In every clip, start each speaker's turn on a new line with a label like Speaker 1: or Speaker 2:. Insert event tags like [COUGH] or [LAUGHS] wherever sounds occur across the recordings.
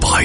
Speaker 1: 百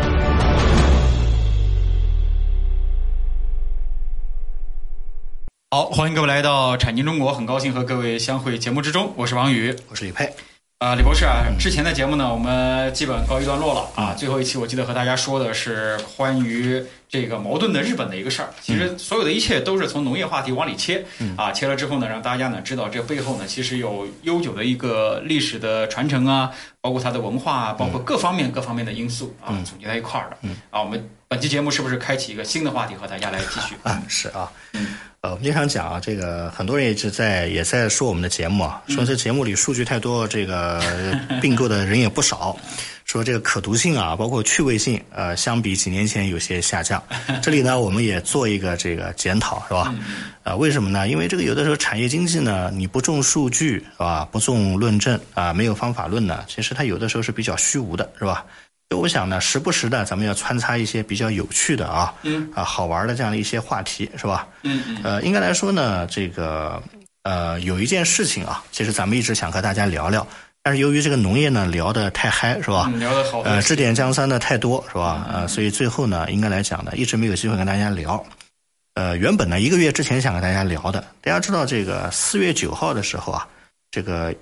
Speaker 2: 好，欢迎各位来到《产经中国》，很高兴和各位相会节目之中，我是王宇，
Speaker 3: 我是李佩。
Speaker 2: 啊、呃，李博士啊，之前的节目呢，我们基本告一段落了啊。最后一期我记得和大家说的是关于这个矛盾的日本的一个事儿。其实所有的一切都是从农业话题往里切啊，切了之后呢，让大家呢知道这背后呢其实有悠久的一个历史的传承啊，包括它的文化啊，包括各方面各方面的因素啊，总结在一块儿的啊。我们本期节目是不是开启一个新的话题和大家来继续？
Speaker 3: 啊，是啊。嗯呃，我们经常讲啊，这个很多人一直在也在说我们的节目啊，说这节目里数据太多，这个并购的人也不少，说这个可读性啊，包括趣味性，呃，相比几年前有些下降。这里呢，我们也做一个这个检讨，是吧？啊、呃，为什么呢？因为这个有的时候产业经济呢，你不重数据是吧？不重论证啊、呃，没有方法论呢，其实它有的时候是比较虚无的，是吧？所以我想呢，时不时的咱们要穿插一些比较有趣的啊，嗯、啊好玩的这样的一些话题，是吧？
Speaker 2: 嗯嗯。
Speaker 3: 呃，应该来说呢，这个呃有一件事情啊，其实咱们一直想和大家聊聊，但是由于这个农业呢聊得太嗨，是吧？
Speaker 2: 嗯、聊得好。
Speaker 3: 呃，指点江山的太多，是吧？呃，所以最后呢，应该来讲呢，一直没有机会跟大家聊。呃，原本呢一个月之前想跟大家聊的，大家知道这个四月九号的时候啊，这个。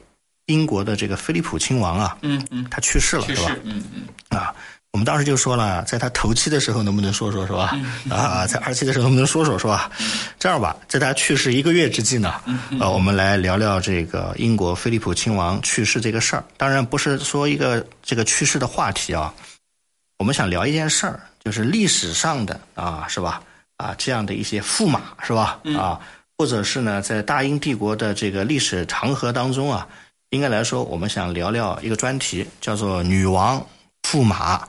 Speaker 3: 英国的这个菲利普亲王
Speaker 2: 啊，嗯嗯，
Speaker 3: 他去世了，是吧？
Speaker 2: 嗯嗯
Speaker 3: 啊，我们当时就说了，在他头七的时候能不能说说，是吧？嗯、啊，在二期的时候能不能说说，是吧？嗯、这样吧，在他去世一个月之际呢，嗯、呃，我们来聊聊这个英国菲利普亲王去世这个事儿。当然不是说一个这个去世的话题啊，我们想聊一件事儿，就是历史上的啊，是吧？啊，这样的一些驸马，是吧？啊，或者是呢，在大英帝国的这个历史长河当中啊。应该来说，我们想聊聊一个专题，叫做“女王、驸马、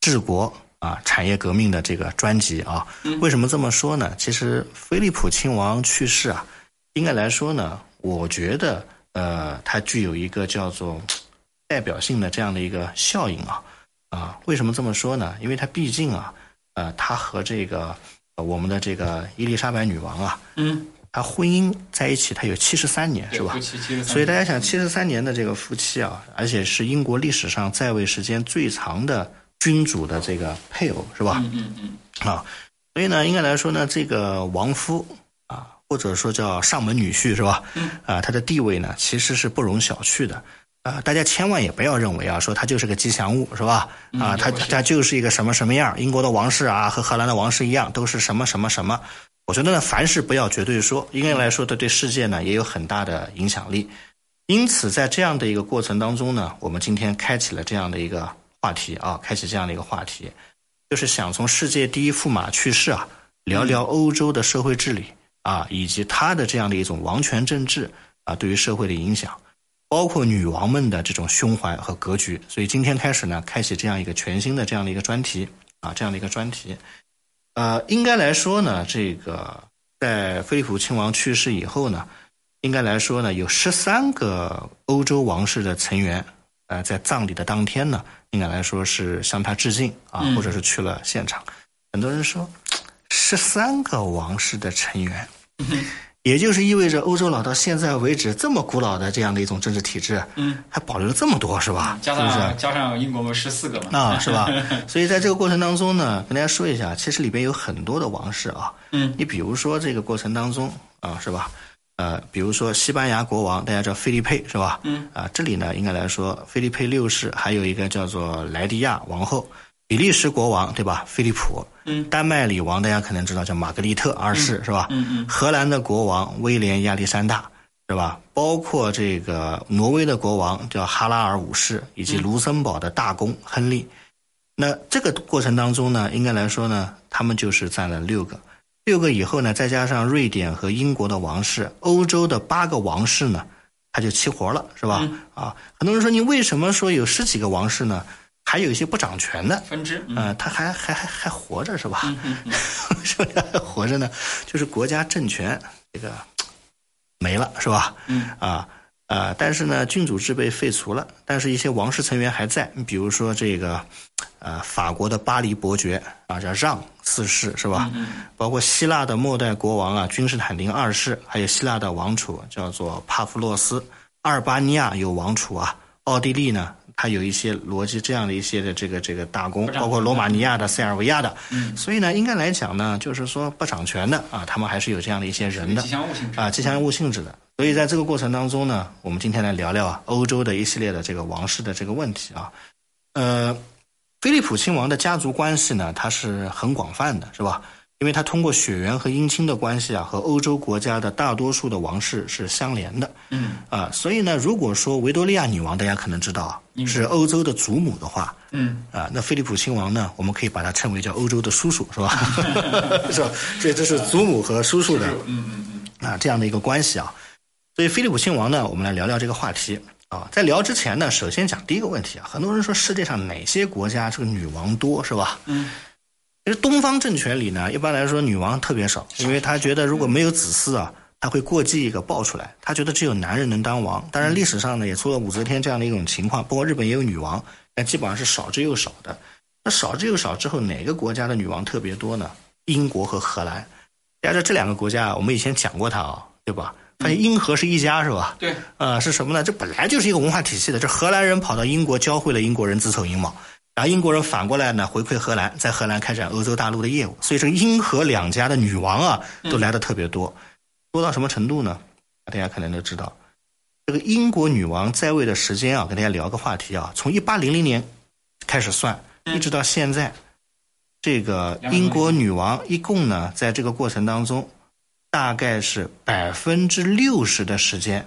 Speaker 3: 治国啊产业革命”的这个专辑啊。为什么这么说呢？其实菲利普亲王去世啊，应该来说呢，我觉得呃，它具有一个叫做代表性的这样的一个效应啊啊。为什么这么说呢？因为它毕竟啊，呃，它和这个呃我们的这个伊丽莎白女王啊，
Speaker 2: 嗯。
Speaker 3: 他婚姻在一起，他有七十三年，是吧？所以大家想，七十三年的这个夫妻啊，而且是英国历史上在位时间最长的君主的这个配偶，是吧？
Speaker 2: 嗯嗯嗯。
Speaker 3: 啊，所以呢，应该来说呢，这个亡夫啊，或者说叫上门女婿，是吧？
Speaker 2: 嗯。
Speaker 3: 啊，他的地位呢，其实是不容小觑的。啊，大家千万也不要认为啊，说他就是个吉祥物，是吧？啊，他他就是一个什么什么样？英国的王室啊，和荷兰的王室一样，都是什么什么什么。我觉得呢，凡事不要绝对说，应该来说，它对世界呢也有很大的影响力。因此，在这样的一个过程当中呢，我们今天开启了这样的一个话题啊，开启这样的一个话题，就是想从世界第一驸马去世啊，聊聊欧洲的社会治理啊，以及他的这样的一种王权政治啊，对于社会的影响，包括女王们的这种胸怀和格局。所以今天开始呢，开启这样一个全新的这样的一个专题啊，这样的一个专题。呃，应该来说呢，这个在菲利普亲王去世以后呢，应该来说呢，有十三个欧洲王室的成员，呃，在葬礼的当天呢，应该来说是向他致敬啊，或者是去了现场。
Speaker 2: 嗯、
Speaker 3: 很多人说，十三个王室的成员，嗯、也就是意味着欧洲老到现在为止这么古老的这样的一种政治体制，
Speaker 2: 嗯，
Speaker 3: 还保留了这么多，是吧？
Speaker 2: 加
Speaker 3: 上、
Speaker 2: 啊、加上英国嘛，十四个嘛，
Speaker 3: [LAUGHS]
Speaker 2: [LAUGHS]
Speaker 3: 啊，是吧？所以在这个过程当中呢，跟大家说一下，其实里边有很多的王室啊，
Speaker 2: 嗯，
Speaker 3: 你比如说这个过程当中啊，是吧？呃，比如说西班牙国王，大家叫菲利佩，是吧？
Speaker 2: 嗯，
Speaker 3: 啊，这里呢应该来说，菲利佩六世，还有一个叫做莱迪亚王后，比利时国王，对吧？菲利普，
Speaker 2: 嗯，
Speaker 3: 丹麦女王大家可能知道叫玛格丽特二世，
Speaker 2: 嗯、
Speaker 3: 是吧？
Speaker 2: 嗯嗯，嗯
Speaker 3: 荷兰的国王威廉亚历山大。是吧？包括这个挪威的国王叫哈拉尔五世，以及卢森堡的大公亨利，那这个过程当中呢，应该来说呢，他们就是占了六个，六个以后呢，再加上瑞典和英国的王室，欧洲的八个王室呢，他就齐活了，是吧？啊，很多人说你为什么说有十几个王室呢？还有一些不掌权的，
Speaker 2: 分支，嗯
Speaker 3: 呃，他还还还还活着是吧？是不是还活着呢？ [LAUGHS] 就是国家政权这个没了是吧？
Speaker 2: 嗯
Speaker 3: 啊呃，但是呢，君主制被废除了，但是一些王室成员还在，比如说这个呃，法国的巴黎伯爵啊，叫让四世是吧？
Speaker 2: 嗯
Speaker 3: 包括希腊的末代国王啊，君士坦丁二世，还有希腊的王储叫做帕夫洛斯，阿尔巴尼亚有王储啊，奥地利呢。它有一些逻辑这样的一些的这个这个大公，
Speaker 2: 不掌
Speaker 3: 包括
Speaker 2: 权
Speaker 3: 罗马尼亚的、塞尔维亚的，
Speaker 2: 嗯
Speaker 3: 所以呢，应该来讲呢，就是说不掌权的啊，他们还是有这样的一些人的
Speaker 2: 吉祥物性质
Speaker 3: 啊，吉祥物性质的。所以在这个过程当中呢，我们今天来聊聊啊，欧洲的一系列的这个王室的这个问题啊，呃，菲利普亲王的家族关系呢，它是很广泛的，是吧？因为它通过血缘和姻亲的关系啊，和欧洲国家的大多数的王室是相连的。
Speaker 2: 嗯
Speaker 3: 啊、所以呢，如果说维多利亚女王，大家可能知道啊
Speaker 2: 嗯
Speaker 3: 是欧洲的祖母的话，
Speaker 2: 嗯，
Speaker 3: 啊，那菲利普亲王呢，我们可以把他称为叫欧洲的叔叔，是吧？ [LAUGHS] 是吧？所以这是祖母和叔叔的
Speaker 2: 嗯嗯嗯，
Speaker 3: 啊这样的一个关系啊。所以菲利普亲王呢，我们来聊聊这个话题啊。在聊之前呢，首先讲第一个问题啊，很多人说世界上哪些国家这个女王多是吧？
Speaker 2: 嗯。
Speaker 3: 其实东方政权里呢，一般来说女王特别少，因为他觉得如果没有子嗣啊，他会过继一个爆出来。他觉得只有男人能当王。当然历史上呢，也出了武则天这样的一种情况，包括日本也有女王，但基本上是少之又少的。那少之又少之后，哪个国家的女王特别多呢？英国和荷兰。大家知道这两个国家，我们以前讲过它啊、对吧？发现英荷是一家是吧？
Speaker 2: 对，
Speaker 3: 呃，是什么呢？这本来就是一个文化体系的。这荷兰人跑到英国，教会了英国人子丑寅卯，然后英国人反过来呢回馈荷兰，在荷兰开展欧洲大陆的业务。所以，这英荷两家的女王啊，都来的特别多，多到什么程度呢？大家可能都知道，这个英国女王在位的时间啊，跟大家聊个话题啊，从一八零零年开始算，一直到现在，这个英国女王一共呢，在这个过程当中，大概是百分之六十的时间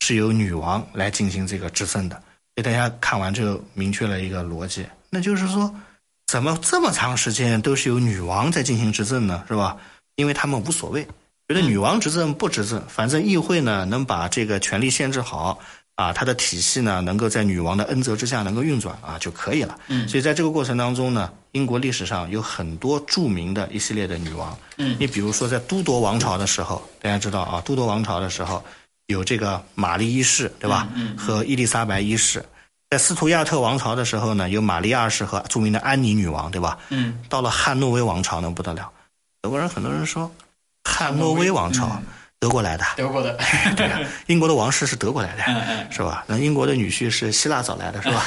Speaker 3: 是由女王来进行这个执政的。所以大家看完就明确了一个逻辑，那就是说，怎么这么长时间都是由女王在进行执政呢？是吧？因为他们无所谓，觉得女王执政不执
Speaker 2: 嗯
Speaker 3: 政，反正议会呢能把这个权力限制好。啊，它的体系呢，能够在女王的恩泽之下能够运转啊就可以了。
Speaker 2: 嗯
Speaker 3: 所以在这个过程当中呢，英国历史上有很多著名的一系列的女王。
Speaker 2: 嗯
Speaker 3: 你比如说在都铎王朝的时候，大家知道啊，都铎王朝的时候有这个玛丽一世，对吧？
Speaker 2: 嗯嗯嗯
Speaker 3: 和伊丽莎白一世。在斯图亚特王朝的时候呢，有玛丽二世和著名的安妮女王，对吧？
Speaker 2: 嗯，
Speaker 3: 到了汉诺威王朝呢，不得了。德国人很多人说，汉诺威王朝、
Speaker 2: 嗯
Speaker 3: 德国来的，
Speaker 2: 德国的， [LAUGHS]
Speaker 3: 对呀、英国的王室是德国来的，
Speaker 2: 嗯嗯
Speaker 3: 是吧？那英国的女婿是希腊找来的，
Speaker 2: [LAUGHS]
Speaker 3: 是吧？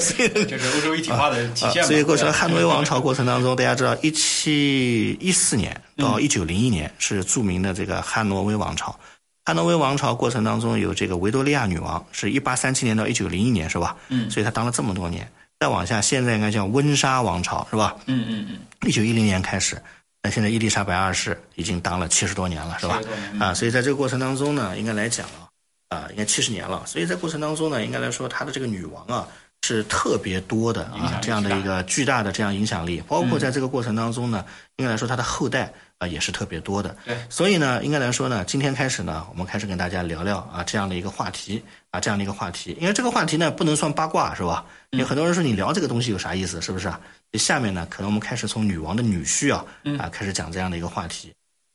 Speaker 3: 所以
Speaker 2: 这是欧洲一体化的体
Speaker 3: 啊
Speaker 2: 现嗯嘛。
Speaker 3: 所以过去了汉诺威王朝过程当中，大家知道，一七一四年到
Speaker 2: 嗯
Speaker 3: 一九零一年是著名的这个汉诺威王朝。汉诺威王朝过程当中有这个维多利亚女王，是一八三七年到一九零一年，是吧？
Speaker 2: 嗯
Speaker 3: 所以她当了这么多年。再往下，现在应该叫温莎王朝，是吧？
Speaker 2: 嗯嗯嗯，
Speaker 3: 一九一零年开始，那现在伊丽莎白二世已经当了七十多年了，是吧
Speaker 2: 70多年？嗯
Speaker 3: 啊，所以在这个过程当中呢，应该来讲啊，啊，应该七十年了。所以在过程当中呢，应该来说，她的这个女王啊是特别多的
Speaker 2: 影响
Speaker 3: 啊
Speaker 2: 力，
Speaker 3: 这样的一个巨大的这样影响力，包括在这个过程当中呢，应该来说她的后代啊也是特别多的。
Speaker 2: 对
Speaker 3: 所以呢，应该来说呢，今天开始呢，我们开始跟大家聊聊啊这样的一个话题啊这样的一个话题，因为这个话题呢不能算八卦是吧？有很多人说你聊这个东西有啥意思，是不是啊？所以下面呢，可能我们开始从女王的女婿啊啊开始讲这样的一个话题，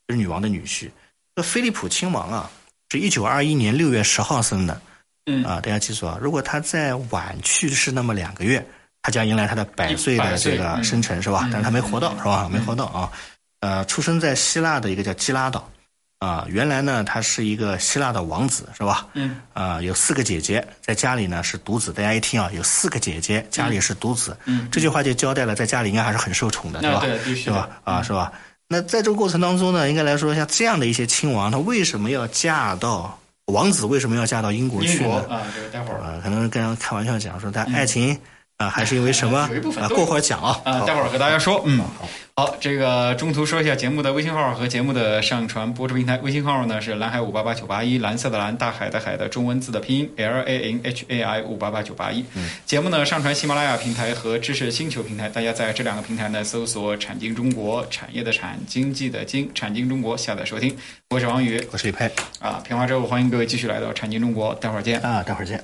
Speaker 3: 就是女王的女婿。这菲利普亲王啊，是一九二一年六月十号生的，
Speaker 2: 嗯
Speaker 3: 啊，大家记住啊，如果他再晚去世那么两个月，他将迎来他的百岁的这个生辰是吧？但是他没活到是吧？没活到啊，呃，出生在希腊的一个叫基拉岛，啊，原来呢他是一个希腊的王子是吧？
Speaker 2: 嗯，
Speaker 3: 啊，有四个姐姐，在家里呢是独子，大家一听啊，有四个姐姐，家里是独子，
Speaker 2: 嗯
Speaker 3: 这句话就交代了在家里应该还是很受宠的，
Speaker 2: 那
Speaker 3: 对吧？
Speaker 2: 对必须
Speaker 3: 是
Speaker 2: 的
Speaker 3: 吧？啊，是吧？那在这个过程当中呢，应该来说，像这样的一些亲王，他为什么要嫁到王子？为什么要嫁到英国
Speaker 2: 英
Speaker 3: 去
Speaker 2: 国
Speaker 3: 呢？呃
Speaker 2: 啊，这个待会儿嗯
Speaker 3: 啊，可能跟人开玩笑讲说，他爱情啊，还是因为什么？
Speaker 2: 哎有一部分
Speaker 3: 啊，
Speaker 2: 都
Speaker 3: 过
Speaker 2: 有
Speaker 3: 会儿讲啊。
Speaker 2: 啊，
Speaker 3: 好
Speaker 2: 待会儿和大家说，嗯，好，这个中途说一下节目的微信号和节目的上传播出平台。微信号呢是蓝海五八八九八一，蓝色的蓝，大海的海的中文字的拼音 L A N H A I 五八八九八一。节目呢上传喜马拉雅平台和知识星球平台，大家在这两个平台呢搜索“产经中国”，产业的产，经济的经，产经中国下载收听。我是王宇
Speaker 3: 我是李佩
Speaker 2: 啊，评话之后欢迎各位继续来到产经中国，待会儿见。
Speaker 3: 啊，待会儿见。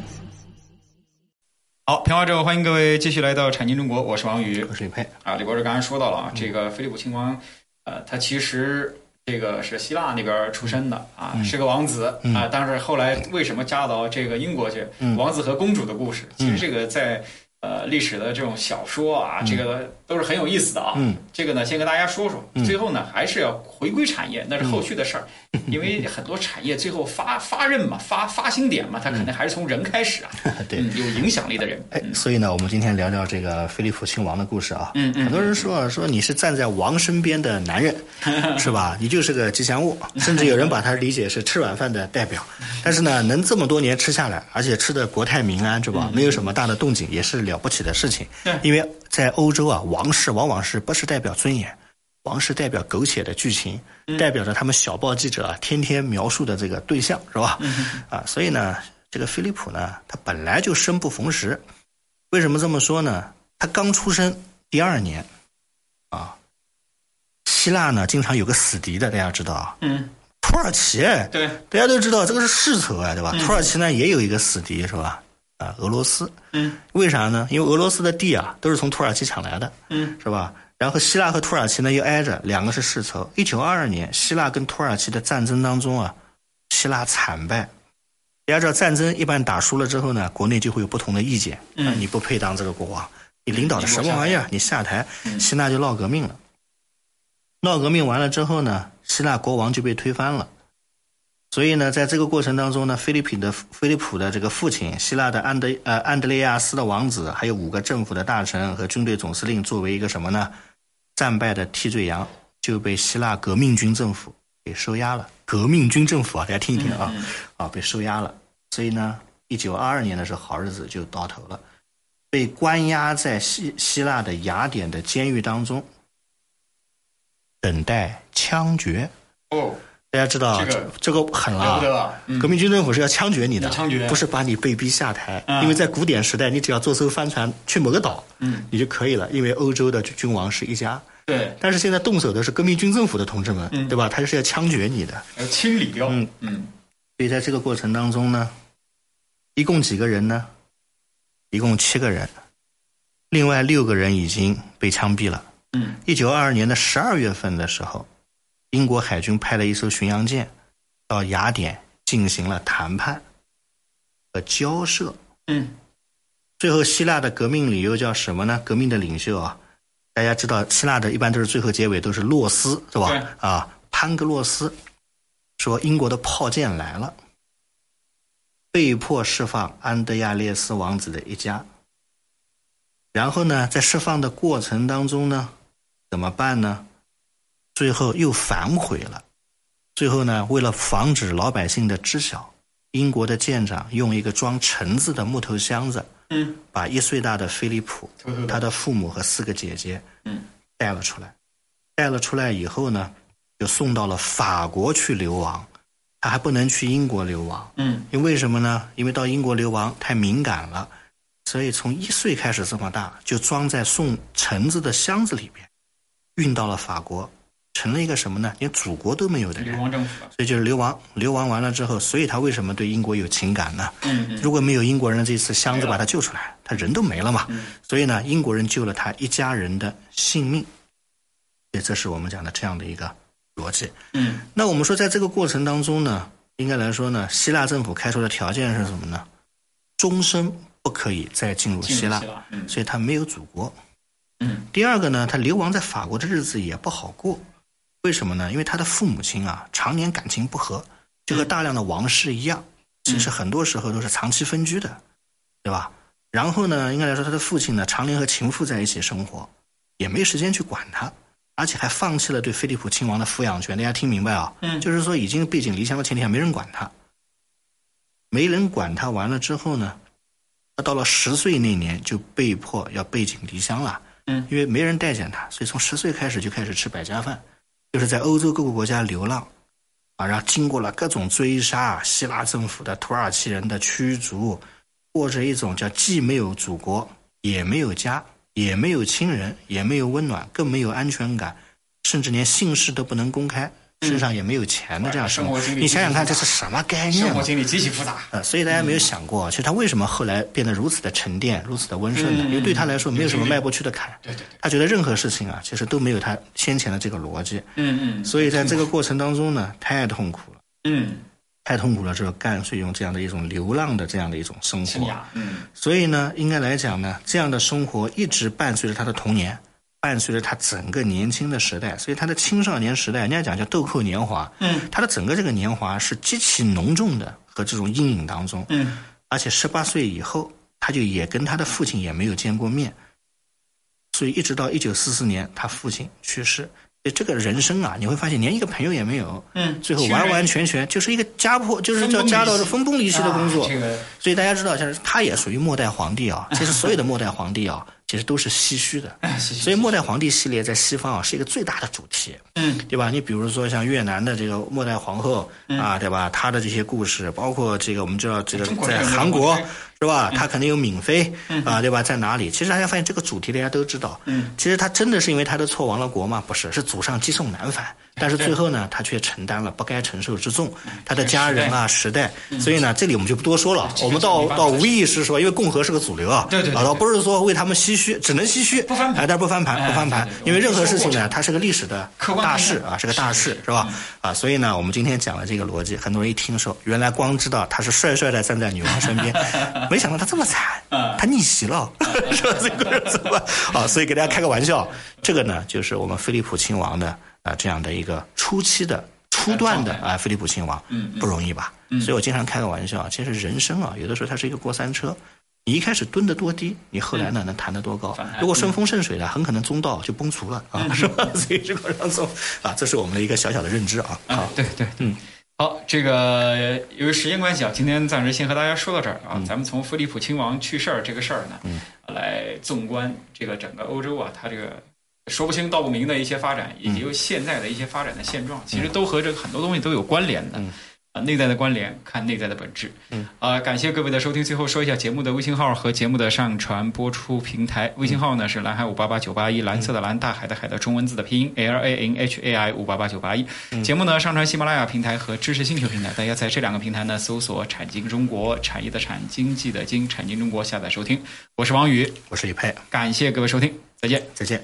Speaker 2: 好，评话之后欢迎各位继续来到产经中国，我是王宇，
Speaker 3: 我是李佩。
Speaker 2: 啊，李博士刚才说到了啊，
Speaker 3: 嗯
Speaker 2: 这个菲利普亲王，呃，他其实这个是希腊那边出身的啊，
Speaker 3: 嗯
Speaker 2: 是个王子啊，但是后来为什么嫁到这个英国去？
Speaker 3: 嗯
Speaker 2: 王子和公主的故事，其实这个在呃历史的这种小说
Speaker 3: 嗯
Speaker 2: 啊，这个都是很有意思的啊。这个呢，先跟大家说说，
Speaker 3: 嗯
Speaker 2: 最后呢还是要回归产业，那是后续的事儿，因为很多产业最后发发轫嘛，发发兴点嘛，它肯定还是从人开始啊，
Speaker 3: 嗯 [LAUGHS] 对
Speaker 2: 嗯，有影响力的人，
Speaker 3: 哎，所以呢，我们今天聊聊这个菲利普亲王的故事啊。
Speaker 2: 嗯嗯
Speaker 3: 很多人说啊说你是站在王身边的
Speaker 2: [LAUGHS]
Speaker 3: 男人，是吧？你就是个吉祥物，甚至有人把他理解是吃软饭的代表。但是呢，能这么多年吃下来，而且吃的国泰民安，是吧？没有什么大的动静，也是了不起的事情。
Speaker 2: 嗯对
Speaker 3: 因为在欧洲啊，王室往往是不是代表尊严。王室代表苟且的剧情，
Speaker 2: 嗯
Speaker 3: 代表着他们小报记者啊天天描述的这个对象，是吧？
Speaker 2: 嗯
Speaker 3: 啊，所以呢，这个菲利普呢，他本来就生不逢时，为什么这么说呢？他刚出生第二年，啊，希腊呢经常有个死敌的，大家知道啊，
Speaker 2: 嗯，
Speaker 3: 土耳其，哎
Speaker 2: 对，
Speaker 3: 大家都知道这个是世仇啊，对吧？土耳其呢也有一个死敌是吧？啊，俄罗斯，
Speaker 2: 嗯，
Speaker 3: 为啥呢？因为俄罗斯的地啊都是从土耳其抢来的，
Speaker 2: 嗯，
Speaker 3: 是吧？然后希腊和土耳其呢又挨着，两个是世仇。一九二二年，希腊跟土耳其的战争当中啊，希腊惨败。大家知道，战争一般打输了之后呢，国内就会有不同的意见，
Speaker 2: 嗯
Speaker 3: 啊你不配当这个国王，你领导的什么玩意儿？你下台，
Speaker 2: 嗯
Speaker 3: 希腊就闹革命了。闹革命完了之后呢，希腊国王就被推翻了。所以呢，在这个过程当中呢，菲利普的菲利普的这个父亲，希腊的安德呃安德烈亚斯的王子，还有五个政府的大臣和军队总司令，作为一个什么呢？战败的替罪羊，就被希腊革命军政府给收押了。革命军政府啊，大家听一听啊，啊，被收押了。所以呢，一九二二年的时候，好日子就到头了，被关押在希希腊的雅典的监狱当中，等待枪决。
Speaker 2: 哦，
Speaker 3: 大家知道啊
Speaker 2: 这个
Speaker 3: 这个狠了
Speaker 2: 了
Speaker 3: 啊，
Speaker 2: 不得了，嗯。
Speaker 3: 革命军政府是要枪决你的，
Speaker 2: 要枪决
Speaker 3: 不是把你被逼下台，
Speaker 2: 嗯
Speaker 3: 因为在古典时代，你只要坐艘帆船去某个岛，
Speaker 2: 嗯，
Speaker 3: 你就可以了，因为欧洲的君王是一家。
Speaker 2: 对，
Speaker 3: 但是现在动手的是革命军政府的同志们，
Speaker 2: 嗯
Speaker 3: 对吧？他就是要枪决你的，
Speaker 2: 要清理掉。
Speaker 3: 嗯
Speaker 2: 嗯
Speaker 3: 所以在这个过程当中呢，一共几个人呢？一共七个人，另外六个人已经被枪毙了。
Speaker 2: 嗯
Speaker 3: 一九二二年的十二月份的时候，英国海军派了一艘巡洋舰到雅典进行了谈判和交涉。
Speaker 2: 嗯
Speaker 3: 最后，希腊的革命理由叫什么呢？革命的领袖啊，大家知道，希腊的一般都是最后结尾都是洛斯，是吧
Speaker 2: 对？
Speaker 3: 啊，潘格洛斯说英国的炮舰来了，被迫释放安德亚列斯王子的一家。然后呢，在释放的过程当中呢，怎么办呢？最后又反悔了。最后呢，为了防止老百姓的知晓，英国的舰长用一个装橙子的木头箱子，
Speaker 2: 嗯，
Speaker 3: 把一岁大的菲利普
Speaker 2: 偷偷地
Speaker 3: 他的父母和四个姐姐，
Speaker 2: 嗯，
Speaker 3: 带了出来。带了出来以后呢，就送到了法国去流亡，他还不能去英国流亡，
Speaker 2: 嗯
Speaker 3: 因为什么呢？因为到英国流亡太敏感了，所以从一岁开始这么大，就装在送橙子的箱子里边，运到了法国，成了一个什么呢？连祖国都没有的
Speaker 2: 流
Speaker 3: 人。
Speaker 2: 亡政府了。
Speaker 3: 所以就是流亡，流亡完了之后，所以他为什么对英国有情感呢？
Speaker 2: 嗯嗯啊
Speaker 3: 如果没有英国人的这次箱子把他救出来，他人都没了嘛。
Speaker 2: 嗯
Speaker 3: 所以呢，英国人救了他一家人的性命。所以这是我们讲的这样的一个逻辑。
Speaker 2: 嗯
Speaker 3: 那我们说，在这个过程当中呢，应该来说呢，希腊政府开出的条件是什么呢？终身不可以再进入
Speaker 2: 进入
Speaker 3: 希
Speaker 2: 希
Speaker 3: 腊，
Speaker 2: 腊嗯
Speaker 3: 所以他没有祖国。
Speaker 2: 嗯
Speaker 3: 第二个呢，他流亡在法国的日子也不好过，为什么呢？因为他的父母亲啊，常年感情不和，就和大量的王室一样，其实很多时候都是长期分居的，对吧？然后呢，应该来说，他的父亲呢，常年和情妇在一起生活，也没时间去管他，而且还放弃了对菲利普亲王的抚养权。大家听明白啊？
Speaker 2: 嗯
Speaker 3: 就是说，已经背井离乡的前提下，没人管他，没人管他。完了之后呢，他到了十岁那年就被迫要背井离乡了。
Speaker 2: 嗯
Speaker 3: 因为没人待见他，所以从十岁开始就开始吃百家饭，就是在欧洲各个国家流浪，啊，然后经过了各种追杀，希腊政府的、土耳其人的驱逐，过着一种叫既没有祖国，也没有家，也没有亲人，也没有温暖，更没有安全感，甚至连姓氏都不能公开，身上也没有钱的这样生活。
Speaker 2: 嗯生活经历
Speaker 3: 你想想看，这是什么概念
Speaker 2: 生
Speaker 3: 啊嘛？
Speaker 2: 活经历极其复杂，
Speaker 3: 呃，所以大家
Speaker 2: 嗯
Speaker 3: 没有想过，其实他为什么后来变得如此的沉淀、如此的温顺呢？
Speaker 2: 嗯
Speaker 3: 因为对他来说没有什么
Speaker 2: 有经历
Speaker 3: 迈不去的坎。
Speaker 2: 对对对，
Speaker 3: 他觉得任何事情啊，其实都没有他先前的这个逻辑。
Speaker 2: 嗯嗯，
Speaker 3: 所以在这个过程当中呢，太痛苦了，
Speaker 2: 嗯
Speaker 3: 太痛苦了之后，干脆用这样的一种流浪的这样的一种生
Speaker 2: 生
Speaker 3: 活。
Speaker 2: 涯，嗯
Speaker 3: 所以呢，应该来讲呢，这样的生活一直伴随着他的童年，伴随着他整个年轻的时代。所以他的青少年时代，人家讲叫豆蔻年华，
Speaker 2: 嗯
Speaker 3: 他的整个这个年华是极其浓重的和这种阴影当中。
Speaker 2: 嗯
Speaker 3: 而且十八岁以后，他就也跟他的父亲也没有见过面，所以一直到一九四四年他父亲去世，所以这个人生啊，你会发现连一个朋友也没有，
Speaker 2: 嗯，
Speaker 3: 最后
Speaker 2: 亲人
Speaker 3: 完完全全就是一个家破，就是
Speaker 2: 分崩离
Speaker 3: 叫
Speaker 2: 析
Speaker 3: 家道的分崩离析的工作。
Speaker 2: 啊这个
Speaker 3: 所以大家知道，像是他也属于末代皇帝啊，其实所有的末代皇帝啊，其实都是唏
Speaker 2: [LAUGHS]
Speaker 3: 嘘的。
Speaker 2: 哎谢谢
Speaker 3: 所以末代皇帝系列在西方啊是一个最大的主题，
Speaker 2: 嗯，
Speaker 3: 对吧？你比如说像越南的这个末代皇后、啊，对吧？她的这些故事，包括这个我们知道这个
Speaker 2: 中国
Speaker 3: 在
Speaker 2: 这个
Speaker 3: 韩国
Speaker 2: 末代
Speaker 3: 是吧？
Speaker 2: 嗯
Speaker 3: 她肯定有敏妃、啊，对吧？在哪里？其实大家发现这个主题大家都知道，
Speaker 2: 嗯，
Speaker 3: 其实她真的是因为她的错亡了国吗？不是，是祖上积送难返，但是最后呢，她却承担了不该承受之重，
Speaker 2: 嗯
Speaker 3: 她的家人啊、时代，所以呢，这里我们就不多说了，
Speaker 2: 这个
Speaker 3: 我们
Speaker 2: 就
Speaker 3: 到
Speaker 2: 没办法
Speaker 3: 到无意识说，因为共和是个主流啊，
Speaker 2: 对对对
Speaker 3: 啊，
Speaker 2: 对
Speaker 3: 倒不是说为他们唏嘘，只能唏嘘，
Speaker 2: 不翻盘
Speaker 3: 哎但不翻盘，
Speaker 2: 哎
Speaker 3: 不翻盘
Speaker 2: 对对，对
Speaker 3: 因为任何事情
Speaker 2: 我们说
Speaker 3: 呢，它是个历史的
Speaker 2: 客观
Speaker 3: 大
Speaker 2: 判断
Speaker 3: 事啊，是个大
Speaker 2: 是
Speaker 3: 事
Speaker 2: 是嗯是，
Speaker 3: 是吧？啊，所以呢，我们今天讲了这个逻辑，很多人一听说，原来光知道他是帅帅的站在女王身
Speaker 2: [LAUGHS]
Speaker 3: 边，没想到他这么惨
Speaker 2: 嗯，
Speaker 3: 他逆袭了， [LAUGHS] 是吧？这个人怎么啊？所以给大家开个玩笑，这个呢，就是我们菲利普亲王的啊这样的一个初期的初段的
Speaker 2: 状态
Speaker 3: 啊，菲利普亲王，
Speaker 2: 嗯嗯
Speaker 3: 不容易吧？所以我经常开个玩笑，其实人生啊，有的时候它是一个过山车。你一开始蹲得多低，你后来呢能弹得多高
Speaker 2: 嗯反弹？
Speaker 3: 如果顺风顺水的，很可能中道就崩殂了啊，是吧？所以这个让中啊，这是我们的一个小小的认知啊。
Speaker 2: 啊
Speaker 3: 好，，
Speaker 2: 对对，
Speaker 3: 嗯。
Speaker 2: 好，这个由于时间关系啊，今天暂时先和大家说到这儿
Speaker 3: 嗯
Speaker 2: 啊。咱们从菲利普亲王去世儿这个事儿呢，来纵观这个整个欧洲啊，它这个说不清道不明的一些发展，以
Speaker 3: 嗯
Speaker 2: 及现在的一些发展的现状，其实都和这个很多东西都有关联的。
Speaker 3: 嗯
Speaker 2: 啊，内在的关联，看内在的本质。嗯，啊、感谢各位的收听。最后说一下节目的微信号和节目的上传播出平台。微信号呢是蓝海五八八九八一，蓝色的蓝，大海的海的中文字的拼音 L A N H A I 五八八九八一。节目呢上传喜马拉雅平台和知识星球平台，大家在这两个平台呢搜索“产经中国”，产业的产，经济的经，产经中国下载收听。我是王宇，
Speaker 3: 我是李佩，
Speaker 2: 感谢各位收听，再见。
Speaker 3: 再见。